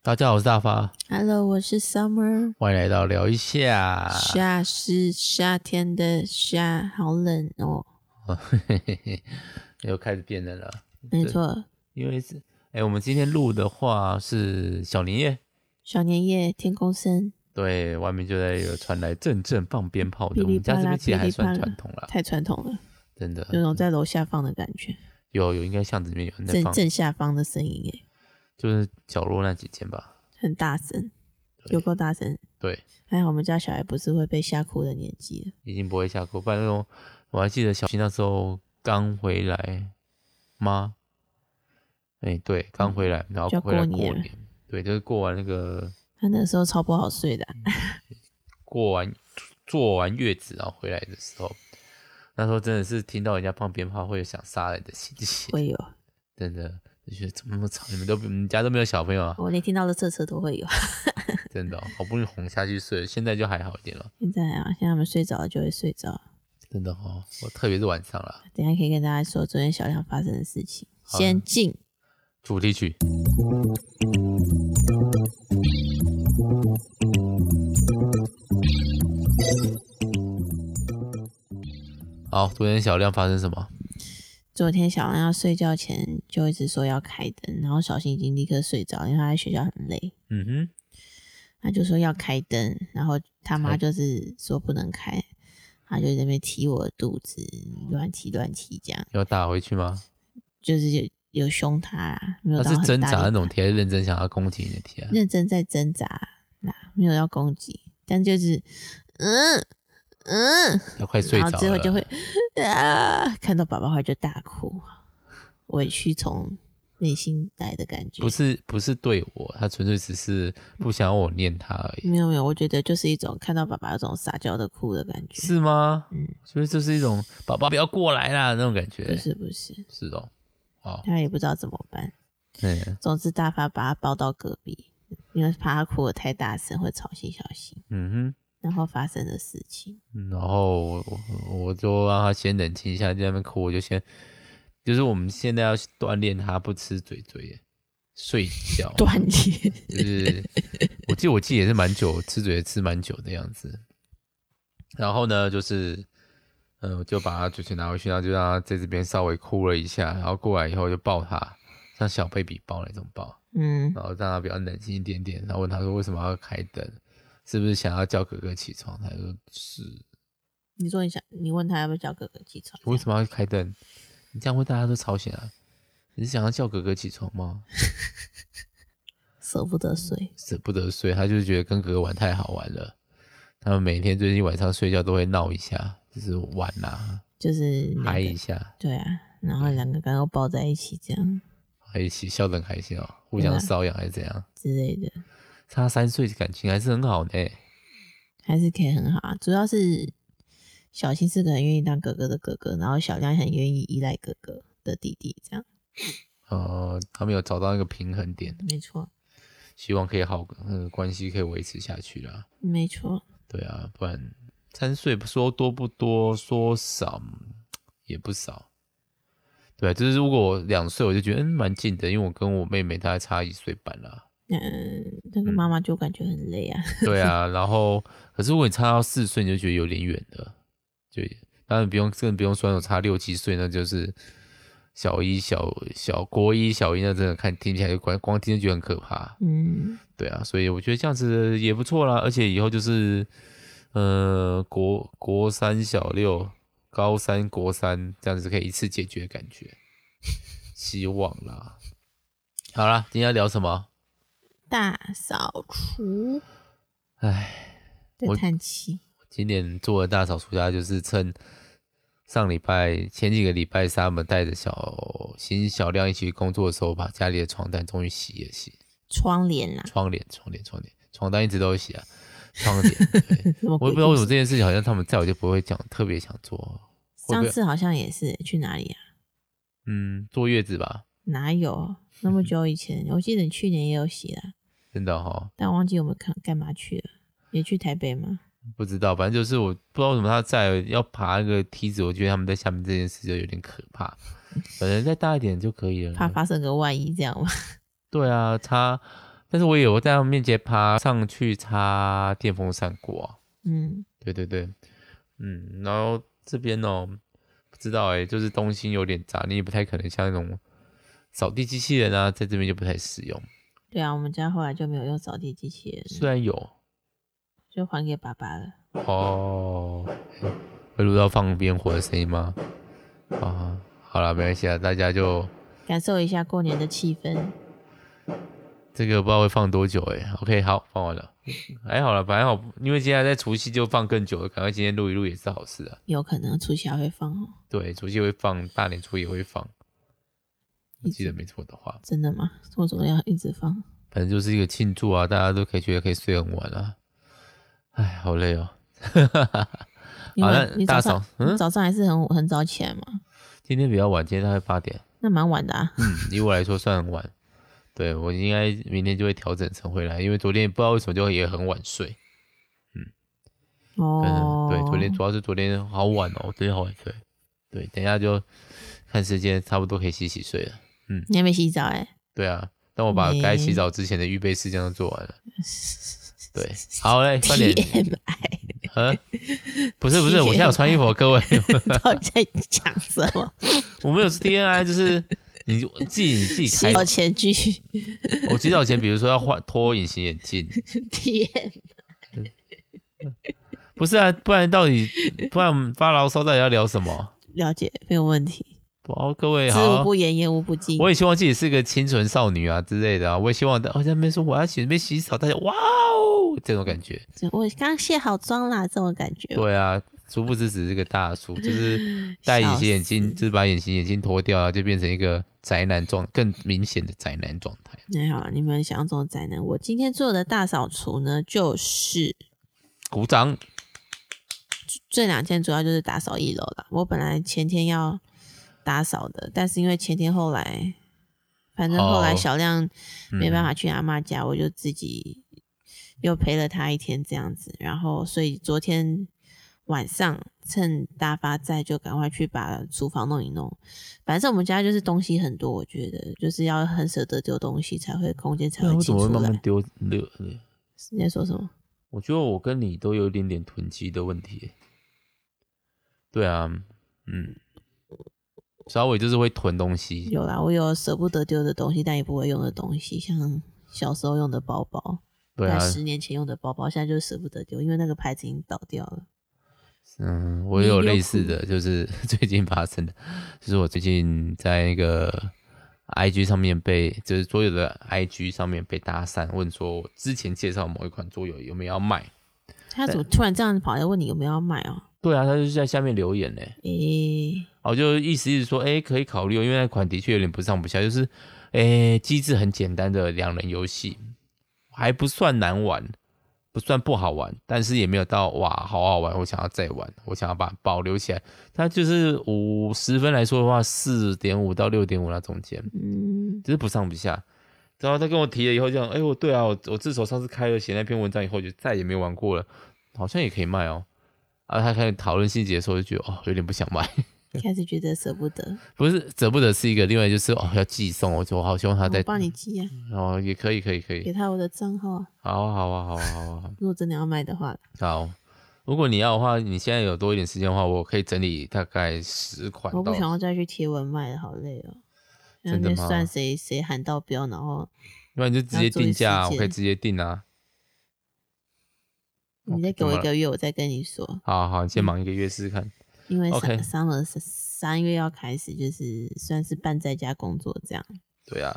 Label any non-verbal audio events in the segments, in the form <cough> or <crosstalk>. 大家好，我是大发， Hello，我是 Summer。欢迎来到聊一下。夏是啊夏天的夏，好冷哦。 <laughs> 又开始变冷了，没错，因为是哎，我们今天录的话是小年夜，小年夜天空声，对，外面就在有传来阵阵放鞭炮的，噼我里们家啪这啦，边其噼实还算里啪啦传统啦，太传统了，真的有种在楼下放的感觉，有有应该巷子里面有人嗯在正放，正下方的声音耶，就是角落那几间吧，很大声，对有够大声。对，还好我们家小孩不是会被吓哭的年纪了，已经不会下锅，不然那种我还记得小新那时候刚回来吗？哎，对，刚回来，然后就要回来过年了年对，就是过完那个他那个时候超不好睡的啊、嗯过完做完月子然后回来的时候，那时候真的是听到人家放鞭炮会有想杀人的心情，会有。，真的就觉得怎么那么吵，你们都你们家都没有小朋友啊我连听到了这车都会有。 <laughs> 真的哦、好不容易哄下去睡了，现在就还好一点了，现在啊，现在我们睡着了就会睡着。真的哦，我特别是晚上啦，等一下可以跟大家说昨天小亮发生的事情。好先进。主题曲好，昨天小亮发生什么？昨天小亮要睡觉前就一直说要开灯，然后小新已经立刻睡着，因为他在学校很累，嗯哼，他就说要开灯，然后他开妈就是说不能开，他就在那边踢我的肚子，乱踢乱踢，这样要打回去吗？就是有有凶他啦，没有他到是很挣大扎力那种贴，还是认真想要攻击你的贴啊？认真在挣扎，那、没有要攻击，但就是嗯嗯，他快睡然着后了，之后就会 <laughs> 啊，看到宝宝后就大哭，委屈从内心来的感觉不。是不是对我，他纯粹只是嗯不想要我念他而已，没有没有，我觉得就是一种看到爸爸有种撒娇的哭的感觉，是吗？嗯所以这是一种宝宝不要过来啦那种感觉，不是不是，是哦，哦，他也不知道怎么办。嗯总之，大发把他抱到隔壁，因为怕他哭的太大声会吵醒小新，嗯哼。然后发生的事 <laughs> 情。嗯然后我我我就让他先冷静一下，在那边哭，我就先，就是我们现在要锻炼他不吃嘴嘴，睡 <laughs> 觉，断裂，就是我记得我记得也是蛮久，吃嘴吃蛮久的样子。然后呢，就是嗯，我就把他嘴唇拿回去，然后就让他在这边稍微哭了一下，然后过来以后就抱他，像小 baby 抱那种抱。嗯，然后让他比较冷静一点点，然后问他说为什么要开灯，是不是想要叫哥哥起床？他说是，你说你想，你问他要不要叫哥哥起床？为什么要开灯？你这样会大家都吵醒啊？你是想要叫哥哥起床吗？舍不得睡，舍不得睡，他就觉得跟哥哥玩太好玩了。他们每天最近晚上睡觉都会闹一下，就是玩啦、就是两嗨个一下，对啊，然后两个刚刚抱在一起这样还一起笑得很开心哦，互对相啊瘙痒还是怎样？之类的，差三岁感情还是很好呢。还是可以很好啊。主要是小新是个很愿意当哥哥的哥哥，然后小亮很愿意依赖哥哥的弟弟，这样呃，他们有找到一个平衡点，没错，希望可以好，嗯、关系可以维持下去啦。没错，对啊，不然三岁说多不多，说少嗯也不少。对啊，就是如果我两岁，我就觉得嗯蛮近的，因为我跟我妹妹大概差一岁半啦。嗯，那个妈妈就感觉很累啊，对啊，然后可是如果你差到四岁，你就觉得有点远了。就当然不用，更不用说那种差六七岁，那就是小一、小小国一、小一，那真的看听起来就光光听就觉得很可怕。嗯，对啊，所以我觉得这样子也不错啦，而且以后就是，呃，国国三小六，高三国三这样子可以一次解决的感觉，希望啦。好啦，今天要聊什么？大扫除唉，在我叹气，今年做的大扫除家就是趁上礼拜前几个礼拜三，我们带着小新小亮一起去工作的时候，把家里的床单终于洗了洗，窗帘啦，窗帘窗帘窗帘床单一直都有洗啊，窗帘对。 <laughs> 什么我鬼也不知道为故什事么这件事情好像他们在我就不会讲，特别想做。会不上会次好像也是去哪里啊？嗯，坐月子吧，哪有那么久以前？我记得你去年也有洗啦，真的哈，但我忘记我们看干嘛去了，也去台北吗？不知道，反正就是我不知道为什么他在要爬那个梯子，我觉得他们在下面这件事就有点可怕。反正再大一点就可以了。怕发生个万一这样吗？对啊，差但是我也有在他们面前爬上去插电风扇过、啊。 <laughs> 嗯，对对对，嗯，然后这边哦，不知道哎、就是东西有点杂，你也不太可能像那种扫地机器人啊，在这边就不太适用。对啊，我们家后来就没有用扫地机器人了，虽然有就还给爸爸了。哦，会录到放烟火的声音吗？啊，好了，没关系啊，大家就感受一下过年的气氛。这个不知道会放多久哎、OK，好，放完了，还好了，反正好，因为接下来在除夕就放更久了，赶快今天录一录也是好事啊。有可能除夕还会放哦，对，除夕会放，大年初也会放，我一记得没错的话，真的吗？我总要一直放。反正就是一个庆祝啊，大家都可以觉得可以睡很晚啊。哎，好累哦。 <laughs> 你好晚那你大早嫂上嗯你早上还是很很早起来 <laughs> 嘛，今天比较晚，今天大概八点，那蛮晚的啊。嗯，以我来说算很晚。对我应该明天就会调整成回来，因为昨天不知道为什么就也很晚睡。哦嗯，，对，昨天主要是昨天好晚哦，昨天好晚睡。对，等一下就看时间，差不多可以洗洗睡了。你还没洗澡哎、对啊，但我把没该洗澡之前的预备事项都做完了。 <laughs> 对，好嘞，快点， TMI 呃，不是不是，我现在有穿衣服，各位，到底在讲什么？我没有 DNA，就是你自 <laughs> 己你自己开洗。澡前 <laughs> 继续我洗澡前，比如说要换脱隐形眼镜， TM 不是啊，不然到底不然我们发牢骚到底要聊什么？了解没有问题，好，各位哎知好啊无，不言，言无不尽。我也希望自己是个清纯少女啊之类的啊，我也希望大家在那边说我要洗边洗澡，大家哇哦这种感觉。就我刚卸好妆啦，这种感觉。对啊，殊不知只是个大叔，就是戴隐形眼镜，就是把隐形眼镜脱掉啊，就变成一个宅男状，更明显的宅男状态。那哎好了，你们想象中的灾难。我今天做的大扫除呢，就是鼓掌，这两天主要就是打扫一楼了。我本来前天要打扫的，但是因为前天后来，反正后来哦小亮嗯没办法去阿妈家，我就自己又陪了他一天这样子。然后，所以昨天晚上趁大发在，就赶快去把厨房弄一弄。反正我们家就是东西很多，我觉得就是要很舍得丢东西，才会空间才那啊会我怎清么出会慢慢来。丢丢？丢你在说什么？我觉得我跟你都有一点点囤积的问题。对啊，嗯，稍微就是会囤东西。有啦，我有舍不得丢的东西，但也不会用的东西，像小时候用的包包，对啊那，十年前用的包包，现在就舍不得丢，因为那个牌子已经倒掉了。嗯，我也有类似的，就是 <laughs> 最近发生的，就是我最近在那个 IG 上面被，就是桌游的 IG 上面被搭讪，问说我之前介绍某一款桌游有没有要卖？他怎么突然这样跑来问你有没有要买哦？对啊，他就是在下面留言嘞，诶、我就意思意思说，哎、可以考虑哦，因为那款的确有点不上不下，就是，哎、机制很简单的两人游戏，还不算难玩，不算不好玩，但是也没有到哇，好好玩，我想要再玩，我想要把它保留起来。它就是五十分来说的话，四点五到六点五那中间，嗯，就是不上不下。然后他跟我提了以后，这样，哎、我对啊，我我自从上次开了写那篇文章以后，就再也没有玩过了，好像也可以卖哦。啊，他开始讨论细节的时候，就觉得哦，有点不想卖。开始觉得舍不得，不是舍不得是一个，另外就是哦要寄送，我我好希望他在我帮你寄啊，哦也可以可以可以给，他我的账号啊。好啊好啊好啊好啊如果真的要买的话，好。如果你要的话，你现在有多一点时间的话，我可以整理大概十款我到不。想要再去贴文卖了，好累哦。在那真的边吗算谁谁喊到标，然后不然你就直接定价啊，我可以直接定啊。你再给我一个月，我再跟你说。好好，你先忙一个月试试嗯看。因为 OK 三三了三三月要开始，就是算是半在家工作这样。对啊，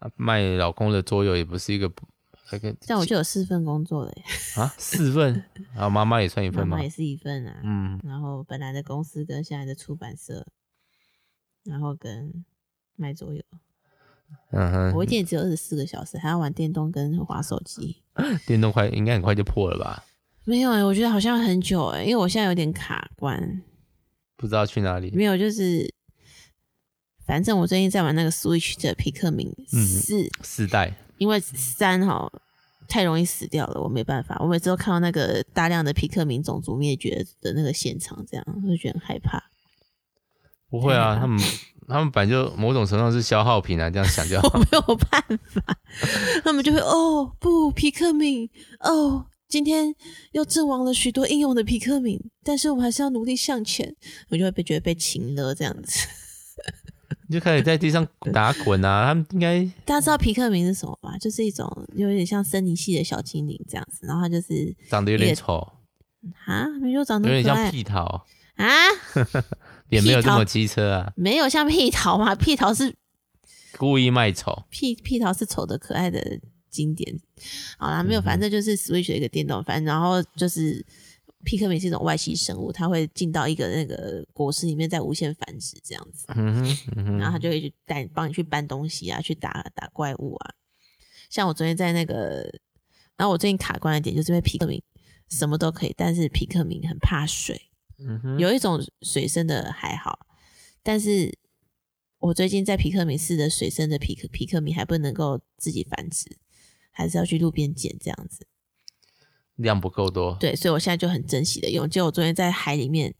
啊卖老公的桌游也不是一个不，那个但我就有四份工作嘞，啊四份，啊妈妈也算一妈份吗妈也？是一份啊。嗯，然后本来的公司跟现在的出版社，然后跟卖桌游，嗯我哼一，天也只有二十四个小时，还要玩电动跟滑手机。电动快应该很快就破了吧？没有、欸，我觉得好像很久哎、因为我现在有点卡关。不知道去哪里。没有，就是反正我最近在玩那个 Switch 的皮克敏嗯四、四代，因为三哈太容易死掉了，我没办法。我每次都看到那个大量的皮克敏种族灭绝的那个现场，这样我就觉得很害怕。不会啊， <laughs> 对啊他们他们本来就某种程度上是消耗品啊，这样想就好 <laughs> 我。没有办法，他们就会哦不，皮克敏哦，今天又阵亡了许多英勇的皮克敏，但是我们还是要努力向前，我就会被觉得被擒了这样子。 <laughs> 你就开始在地上打滚啊，他们应该大家知道皮克敏是什么吧？就是一种有点像森林系的小精灵这样子，然后它就是长得有点也丑，啊，没有长得有点可像爱屁桃，啊，也没有屁这桃么机车 <laughs> 啊，没有像屁桃嘛，屁桃是故意卖丑。屁屁桃是丑的可爱的经典。好啦，没有，反正就是 Switch 的一个电动，反正然后就是皮克敏是一种外星生物，它会进到一个那个果实里面，再无限繁殖这样子，嗯哼，嗯然后哼，它就会去带你帮你去搬东西啊，去打打怪物啊。像我昨天在那个，然后我最近卡关的点就是因为皮克敏什么都可以，但是皮克敏很怕水。嗯哼，有一种水生的还好，但是我最近在皮克米试的水生的皮克皮克米还不能够自己繁殖，还是要去路边捡这样子。量不够多。对，所以我现在就很珍惜的用。结果我昨天在海里面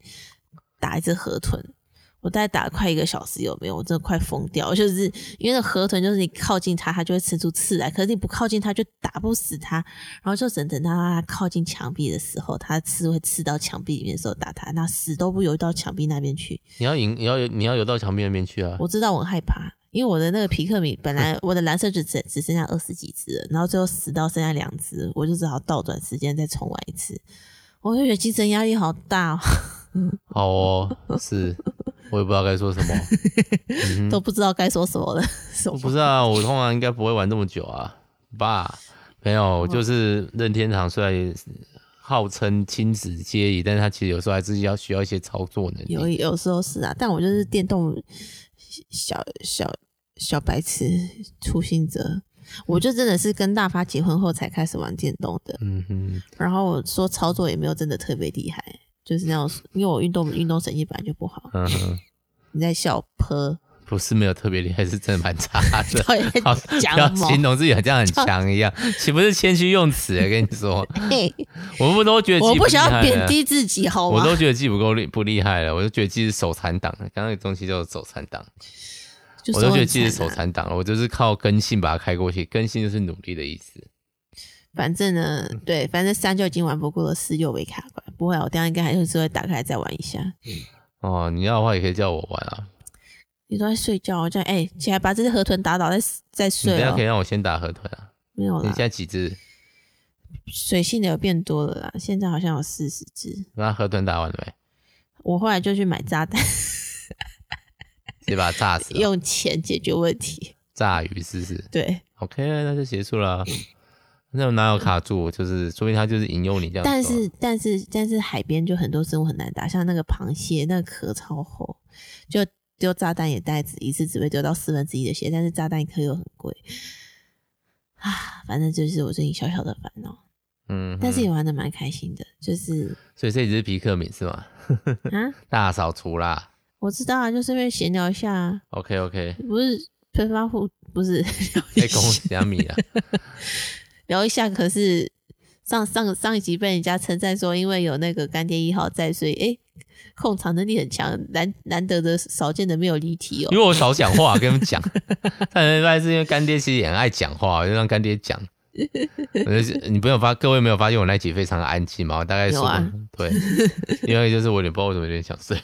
打一只河豚，我大概打了快一个小时有没有？我真的快疯掉，就是因为那河豚就是你靠近它，它就会伸出刺来，可是你不靠近它就打不死它，然后就只能等到它靠近墙壁的时候，它的刺会刺到墙壁里面的时候打它，那死都不游到墙壁那边去。你要引，你要你要游到墙壁那边去啊。我知道我很害怕，因为我的那个皮克米本 <laughs> 来我的蓝色只只只剩下二十几只了，然后最后死到剩下两只，我就只好倒转时间再重玩一次。我就觉得精神压力好大、哦，好哦，是，我也不知道该说什么。嗯 <laughs> 都哼，不知道该说什么了。 <laughs> <laughs> 什我么不知道，我通常应该不会玩这么久啊，哦爸。没有，就是任天堂虽然号称亲子皆宜，但是它其实有时候还是要需要一些操作能有力。有时候是啊，但我就是电动小小小白痴初心嗯者，我就真的是跟大发结婚后才开始玩电动的。嗯哼，然后我说操作也没有真的特别厉害，就是那种，因为我运动运动神经本来就不好。嗯哼，你在笑泼，不是没有特别厉害，是真的蛮差 <laughs> 的。到底在好，讲不要什么形容自己好像很强一样，岂不是谦虚用词？跟你说，嘿我们都觉得自己我不想厉害要贬了低自己，好我吗？都觉得自己不够厉不厉害了，我就觉得自己是手残党。刚刚有东西叫做手残党，就我都觉说得很自己是手惨啊残党了。我就是靠更新把它开过去，更新就是努力的意思。反正呢，嗯对，反正三就已经玩不过了，四又没卡关。不会啊，我等一下应该还是会打开来再玩一下。哦，你要的话也可以叫我玩啊，你都在睡觉，我叫你哎、起来把这只河豚打倒，再再你等睡一下哦可以。让我先打河豚啊。没有你啦现，在几只？水性的有变多了啦，现在好像有四十只。那河豚打完了没？我后来就去买炸弹， <laughs> 直接把它炸死啊，用钱解决问题。炸鱼试试。对， OK，那就结束了啊。那我哪有卡住？就是说明他就是引诱你这样做啊。但是但是但是海边就很多生物很难打，像那个螃蟹，那个壳超厚，就丢炸弹也带子，一次只会丢到四分之一的血，但是炸弹一颗又很贵啊，反正就是我最近小小的烦恼，嗯哼，但是也玩的蛮开心的，就是所以这只是皮克敏是吗？啊，大扫除啦。我知道啊，就顺便闲聊一下啊， OK OK，不是喷发户，不是 <laughs> 聊在一哎恭下喜阿米 <laughs> 啊。聊一下，可是。上上上一集被人家称赞说，因为有那个干爹一号在，所以诶控场能力很强，难难得的少见的没有离题哦。因为我少讲话，跟你们讲。上礼拜是因为干爹其实也很爱讲话，我就让干爹讲。我就是你没有发，各位没有发现我那集非常的安静吗？我大概有说、啊对，因为就是我有点不知道为什么有点想 <laughs> 睡，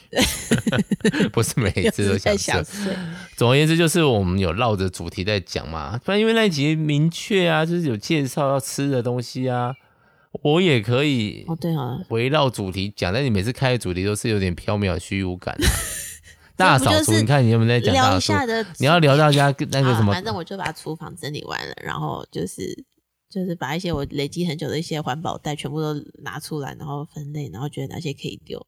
不是每一次都是 <laughs> 在想想睡。睡，总而言之，就是我们有绕着主题在讲嘛。不然因为那一集明确啊，就是有介绍要吃的东西啊，我也可以哦，对哦，围绕主题讲，但你每次开的主题都是有点缥缈的虚无 <laughs> 感、啊。大扫除，你看你有 <laughs> 没有在讲大聊扫一除？下的，你要聊大家跟那那个什么，反正我就把厨房整理完了，然后就是就是把一些我累积很久的一些环保袋全部都拿出来，然后分类，然后觉得哪些可以丢，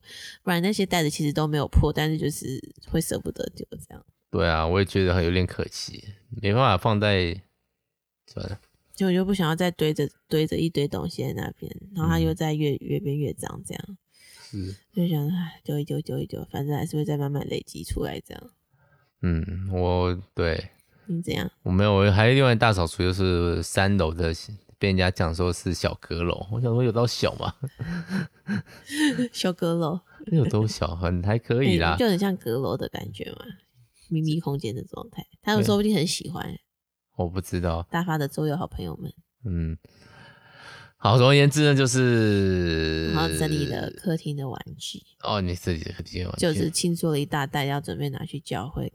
不然那些袋子其实都没有破，但是就是会舍不得丢这样。对啊，我也觉得有点可惜，没办法放在，算了，就我就不想要再堆着堆着一堆东西在那边，然后它嗯又在越越变越脏，这样是，就想唉丢一丢丢一丢，反正还是会再慢慢累积出来这样。嗯，我对你怎样？我没有，我还有另外大扫除就是三楼的，被人家讲说是小阁楼，我想说有到小吗？修阁楼有多小，很还可以嗯啦，就很像阁楼的感觉嘛。秘密空间的状态，他们对说不定很喜欢我不知道，大发的周游好朋友们。嗯，好，总而言之呢，就是然后整理了客厅的玩具，哦，你自己的理呃解完全就是清做了一大袋，要准备拿去教会，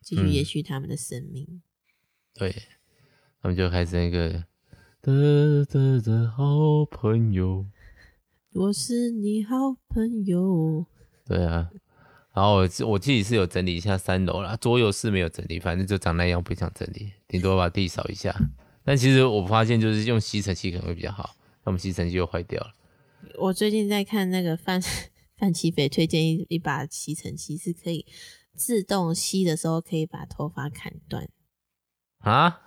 继续嗯延续他们的生命。对，他们就开始那个的的的好朋友，我是你好朋友，对啊。然后我自我自己是有整理一下三楼啦，桌游是没有整理，反正就长那样，不想整理，顶多把地扫一下。但其实我发现，就是用吸尘器可能会比较好，那我们吸尘器又坏掉了。我最近在看那个范 <laughs> 范奇斐推荐一一把吸尘器，是可以自动吸的时候可以把头发砍断，啊？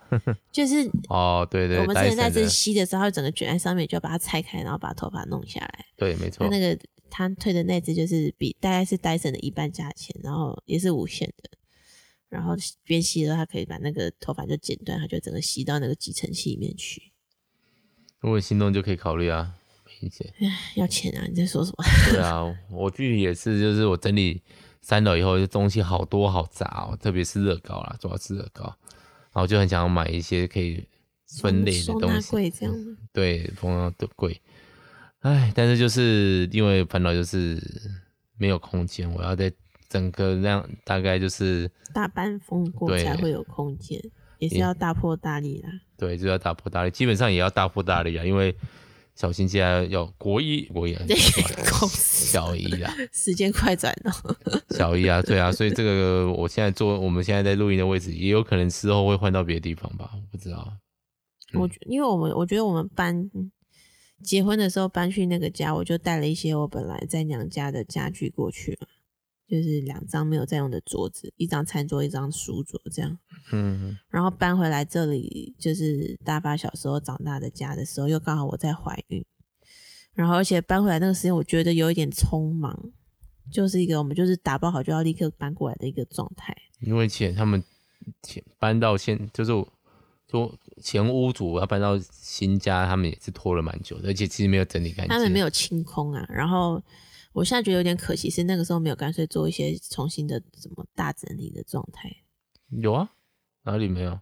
就是哦，对对，我们之前在 Dyson 的这吸的时候，它会整个卷在上面，就要把它拆开，然后把头发弄下来。对，没错它，那个他推的那只就是比大概是戴森的一半价钱，然后也是无线的。然后边吸的时候，它可以把那个头发就剪断，它就整个吸到那个集成器里面去。如果心动就可以考虑啊，明显。唉要钱啊！你在说什么？对啊， <laughs> 我自己也是，就是我整理三楼以后，就东西好多好杂哦，特别是乐高啦，主要是乐高，然后就很想要买一些可以分类的 <laughs> 收东纳西，嗯柜这样吗？对，朋友的贵。唉，但是就是因为烦恼就是没有空间，我要在整个量大概就是大搬风过对才会有空间，也是要大破大立啦。对，就要大破大立，基本上也要大破大立啊，因为小新现在要国一，国 <laughs> 一啊公司小一啊啦，时间快转了，小一啊，对啊，所以这个我现在做，我们现在在录音的位置，也有可能之后会换到别的地方吧，我不知道。我觉因为我们我觉得我们搬结婚的时候搬去那个家，我就带了一些我本来在娘家的家具过去嘛，就是两张没有在用的桌子，一张餐桌，一张书桌这样。嗯，然后搬回来这里，就是大发小时候长大的家的时候，又刚好我在怀孕，然后而且搬回来那个时间，我觉得有一点匆忙，就是一个我们就是打包好就要立刻搬过来的一个状态。因为前他们前搬到现，就是我就前屋主要啊搬到新家，他们也是拖了蛮久的，而且其实没有整理干净。他们没有清空啊。然后我现在觉得有点可惜，是那个时候没有干脆做一些重新的什么大整理的状态，有啊，哪里没有？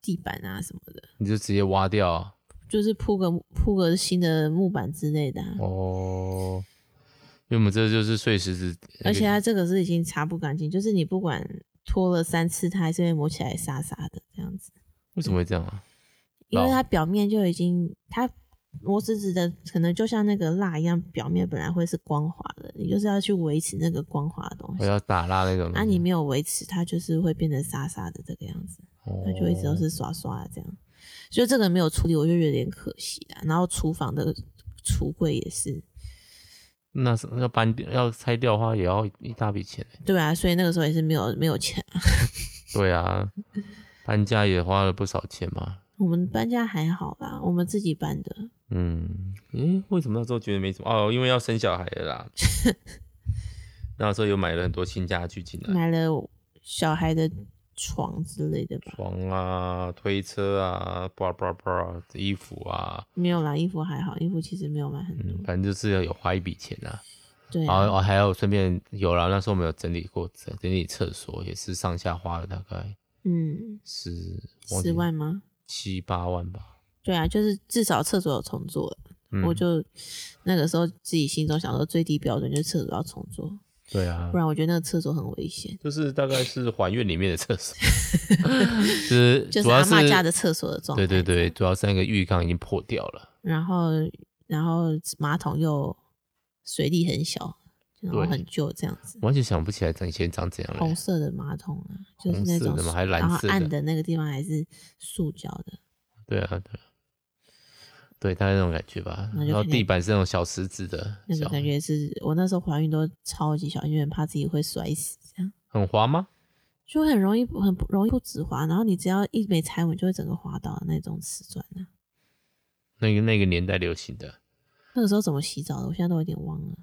地板啊什么的，你就直接挖掉啊、就是铺个铺个新的木板之类的、啊。哦。因为我们这就是碎石子，而且它这个是已经擦不干净，就是你不管拖了三次，它还是会磨起来沙沙的这样子，为什么会这样啊？因为老它表面就已经它。磨石子的可能就像那个蜡一样，表面本来会是光滑的，你就是要去维持那个光滑的东我西。要打蜡那种东西。啊，你没有维持，它就是会变成沙沙的这个样子。哦它就一直都是刷刷的这样。所以这个没有处理，我就觉得有点可惜啦。然后厨房的橱柜也是，那是要搬掉要拆掉的话，也要一大笔钱欸。对啊，所以那个时候也是没有没有钱啊。对啊，搬家也花了不少钱嘛。我们搬家还好啦，我们自己搬的。嗯，诶，为什么那时候觉得没什么？哦，因为要生小孩了 <laughs> 啦。那时候有买了很多新家具进来，买了小孩的床之类的吧？床啊、推车啊、叭叭叭、衣服啊，没有啦，衣服还好，衣服其实没有买很多嗯，。反正就是要有花一笔钱啊。对然啊，后哦，还有顺便有啦，那时候我们有整理过整整理厕所，也是上下花了大概嗯，十十万吗？七八万吧。对啊，就是至少厕所有重做了。嗯我就那个时候自己心中想说，最低标准就是厕所要重做，对啊不，然我觉得那个厕所很危险。就是大概是还愿里面的厕 <laughs> 所，就是就是主要阿是嬷家的厕所的状态。对对对，，主要是那个浴缸已经破掉了，然后然后马桶又水力很小，然后对很旧这样子。完全想不起来长以前长怎样红了。色的马桶啊，就是那红种色的吗还是蓝然后色的暗的那个地方还是塑胶的，对啊，对啊，对，大概那种感觉吧。那就然后看见地板是那种小石子的，那个小感觉是我那时候怀孕都超级小，因为很怕自己会摔死，这样很滑吗？就很容易很不容易不止滑，然后你只要一没踩稳就会整个滑倒的那种瓷砖啊。那个那个年代流行的，那个时候怎么洗澡的，我现在都有点忘了。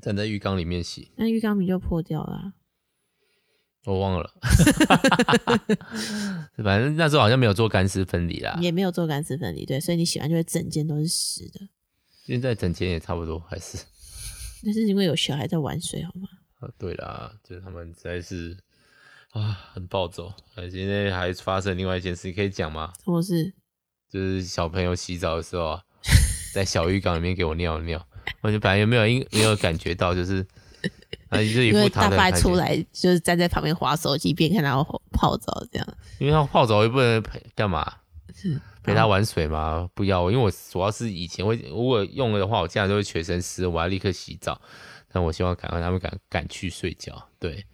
站在浴缸里面洗，那浴缸米就破掉了啊、我忘 <laughs> 了。反正那时候好像没有做干湿分离啦，也没有做干湿分离，对，所以你洗完就会整间都是湿的。现在整间也差不多，还是。呃那是因为有小孩在玩水，好吗？啊，对啦，就是他们实在是啊，很暴走。呃，今天还发生另外一件事，可以讲吗？什么事？就是小朋友洗澡的时候啊，在小浴缸里面给我尿尿，我就本来也没有因没有感觉到，就是啊，就是一因为副大躺在爸出，来就是站在旁边划手机，边看他泡澡这样。因为他泡澡我也不能陪干嘛。陪他玩水嘛，不要，因为我主要是以前会，如果用了的话，我竟然都会全身湿，我要立刻洗澡。但我希望赶快他们赶赶去睡觉，对。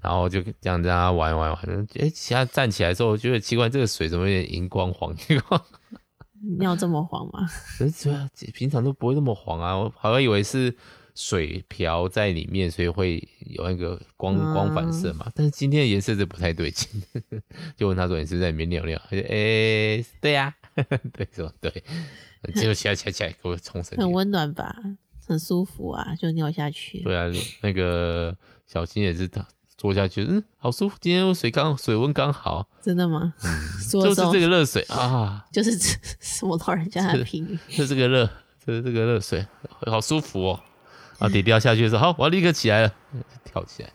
然后就这样让他玩玩玩，哎，其他站起来之后，我觉得奇怪，这个水怎么有点荧光黄？ <laughs> 荧光尿这么黄吗？可是对啊，平常都不会那么黄啊，我还会以为是水漂在里面，所以会有那个光嗯光反射嘛。但是今天的颜色是不太对劲， <laughs> 就问他说你是不是在里面尿尿？他就诶、对呀、 <laughs> 对，说对，结果起来起来起来给我冲绳很去。温暖吧，很舒服啊，就尿下去。对啊，那个小新也是坐下去，嗯，好舒服，今天水刚水温刚好，真的吗？ <laughs> 说嗯就是中这个热水啊，就是这 <laughs> 什么老人家的评语，就是这个热，就是这个热水，好舒服哦。啊，底掉下去的时候，好，我要立刻起来了，跳起来。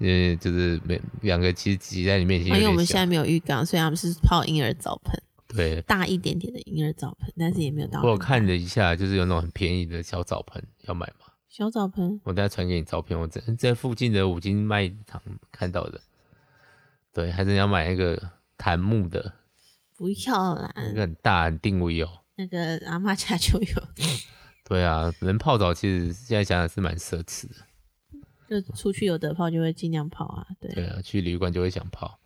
嗯，就是每两个其实挤在里面已经因有为哎我点们现小在。没有浴缸，所以他们是泡婴儿澡盆，对，大一点点的婴儿澡盆，但是也没有到我有看了一下，就是有那种很便宜的小澡盆，要买吗？小澡盆。我等下传给你照片，我在在附近的五金卖场看到的。对，还是要买那个檀木的，不要啦，那个很大，很定位哦。那个阿妈家就有， <laughs> 对啊，能泡澡其实现在想想是蛮奢侈的。就出去有得泡就会尽量泡啊。对，对啊，去旅馆就会想泡。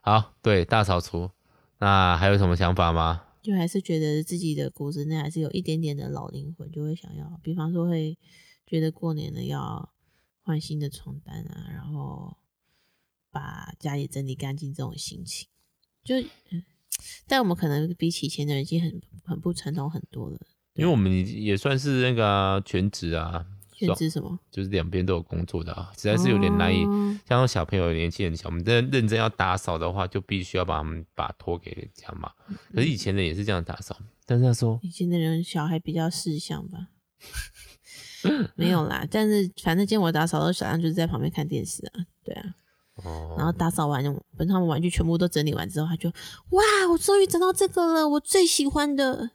好，对，大扫除。那还有什么想法吗？就还是觉得自己的骨子内还是有一点点的老灵魂，就会想要，比方说会觉得过年了要换新的床单啊，然后把家里整理干净这种心情，就，嗯但我们可能比起以前的人已经很很不传统很多了。因为我们也算是那个啊、全职啊，限爽制什么？就是两边都有工作的啊，实在是有点难以。哦像小朋友、年轻人小，我们真的认真要打扫的话，就必须要把他们把托给人家嘛。嗯可是以前人也是这样打扫，但是那时候以前的人小孩比较识相 <laughs> 吧。没有啦，但是反正今天我打扫的时候，小亮就是在旁边看电视啊，对啊，然哦，后打扫完，等他们玩具全部都整理完之后，他就哇，我终于找到这个了，我最喜欢的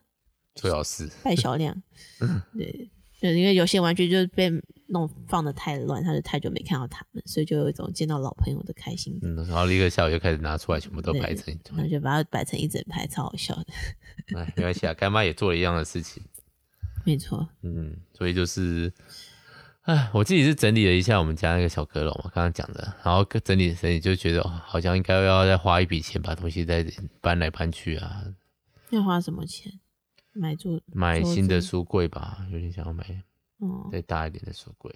最好是拜小 <laughs> 亮。嗯对，对，因为有些玩具就是被弄放的太乱，他就太久没看到他们，所以就有一种见到老朋友的开心感。嗯，然后立刻下午就开始拿出来，全部都对嗯排成一然后就把它摆成一整排，超好笑的。哎，没关系啊，干妈也做了一样的事情。没错，嗯，所以就是，哎，我自己是整理了一下我们家那个小阁楼嘛，刚刚讲的，然后整理整理就觉得、哦、好像应该要再花一笔钱把东西再搬来搬去啊，要花什么钱买住？买桌新的子嗯书柜吧，有点想要买哦，再大一点的书柜，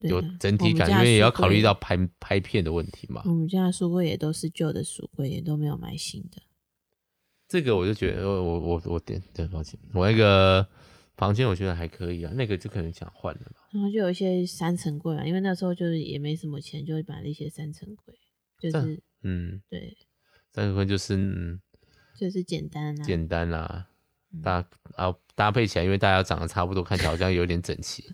对有啊整体感，因为也要考虑到。拍拍片的问题嘛我。们家的书柜我们家的书柜也都是旧的书柜，也都没有买新的。这个我就觉得，我哦我我我点对，抱歉，我那个房间我觉得还可以啊，那个就可能想换了吧。然后就有一些三层柜嘛，因为那时候就是也没什么钱，就买了一些三层柜，就这样是嗯，对，但是就是嗯。就是简单啊，简单啦、搭啊搭配起来，因为大家长得差不多，看起来好像有点整齐。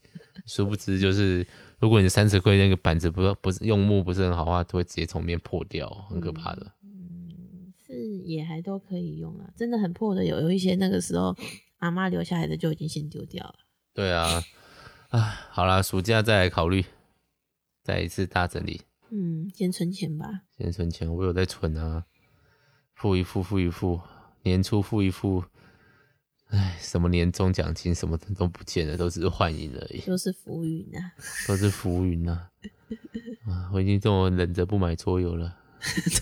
殊不知，就是如果你的三尺柜那个板子不不是用木不是很好的话，就会直接从面破掉，很可怕的。嗯是也还都可以用啊。真的很破的有有一些那个时候阿妈留下来的就已经先丢掉了。对啊，啊，好啦，暑假再来考虑，再一次大整理。嗯，先存钱吧。先存钱，我有在存啊，付一付，付一付，年初付一付，哎，什么年终奖金什么的都不见了，都只是幻影而已。就是浮云啊， <laughs> 都是浮云呐、 <laughs> 啊！我已经这么忍着不买桌游了，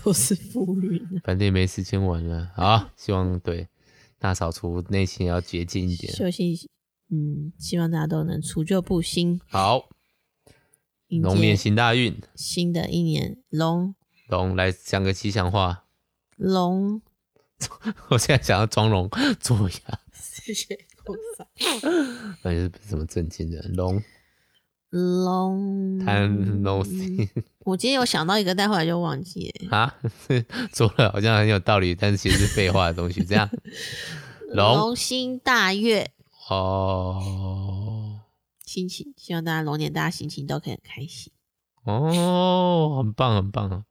都是浮云啊。反正也没时间玩了。好，希望对大扫除内心也要洁净一点。休息，嗯，希望大家都能除旧布新，好，迎龙年接行大运，新的一年。龙龙来讲个吉祥话。 <laughs> 龙，我现在想要装聋作哑，谢谢公司。那哎就是什么正经的龙龙嗯贪 no see 我今天有想到一个，但后来就忘记了。啊， <laughs> 说了好像很有道理，但是其实是废话的东西。这样，龙龙心大悦，哦心情希望大家龙年大家心情都可以很开心。哦，很棒很棒，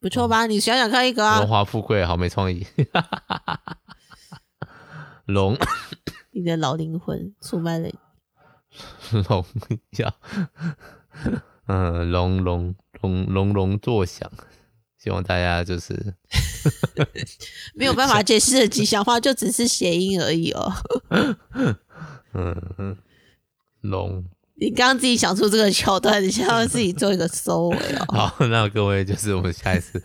不错吧？你想想看一个啊荣，华富贵，好没创意。 <laughs> 龙 <laughs> 你的老灵魂出卖了你，龙要，嗯，龙龙龙隆隆作响，希望大家就是没有办法解释的吉祥话，就只是谐音而已哦。嗯龙你刚刚自己想出这个桥段，你想要自己做一个收尾哦。好， <laughs> 那各位就是我们下一次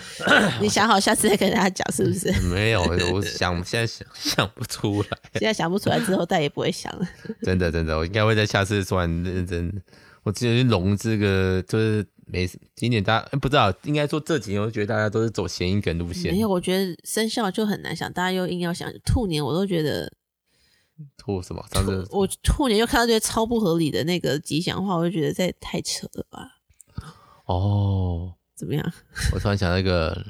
<laughs> 你想好下次再跟大家讲，是不是？没有，我想现在想想不出来，现在想不出来，之后再也不会想了。真的真的，我应该会在下次突然认真。我觉得龙这个就是没今年大家哎不知道，应该说这几年我觉得大家都是走谐音梗路线没，有，我觉得生肖就很难想，大家又硬要想兔年，我都觉得吐什么？上次我兔年又看到这些超不合理的那个吉祥话，我就觉得这也太扯了吧？哦，怎么样？我突然想到一个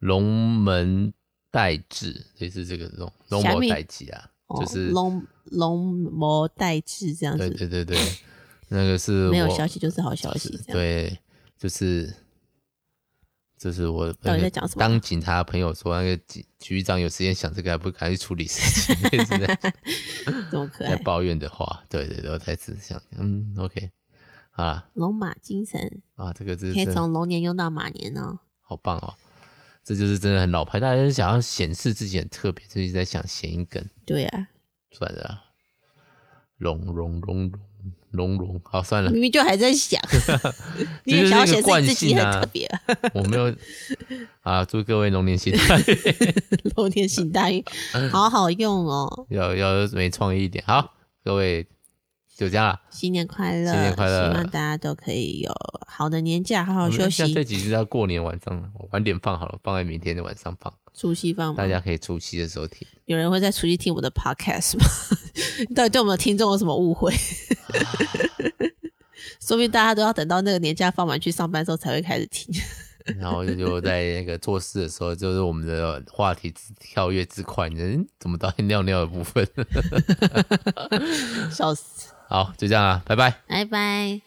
龙门带志，类似这个龙龙啥魔咪带志啊，哦就是龙龙魔带志这样对对子，对对，那个是 <laughs> 没有我消息就是好消息是，这样。对，就是就是我到底在那个讲什么啊当警察的朋友说，那个局局长有时间想这个，还不赶紧处理事情，类似 <laughs> 这样这么可在爱。抱怨的话，对对对，我再次想，嗯，OK，好啦，龙马精神啊，这个真可以是从龙年用到马年哦。好棒哦，这就是真的很老牌，大家就是想要显示自己很特别，就一直在想谐音梗，对 <laughs> 啊，算了啦，龙龙龙龙龙龙，好算 <laughs> 了，明明就还 <laughs> 在想，你这也就是想要一个显示惯你自己性很啊特别啊，我没有啊，祝各位龙年新 <laughs> 年。龙年行大 <laughs> 运，嗯好好用哦。要要没创意一点。好，各位就这样了，新年快乐！新年快乐希望大家都可以有好的年假，好好我休们像这息。集是要过年晚上了，我晚点放好了，放在明天的晚上放，除夕放吗大家可以除夕的时候听。有人会在除夕听我的 podcast 吗？ <laughs> 到底对我们的听众有什么误会？说不定大家都要等到那个年假放完去上班之后才会开始听。 <laughs> 然后就就在那个做事的时候，就是我们的话题之跳跃之快，人怎么到尿尿的部分？笑死！好，就这样了，拜拜。拜拜。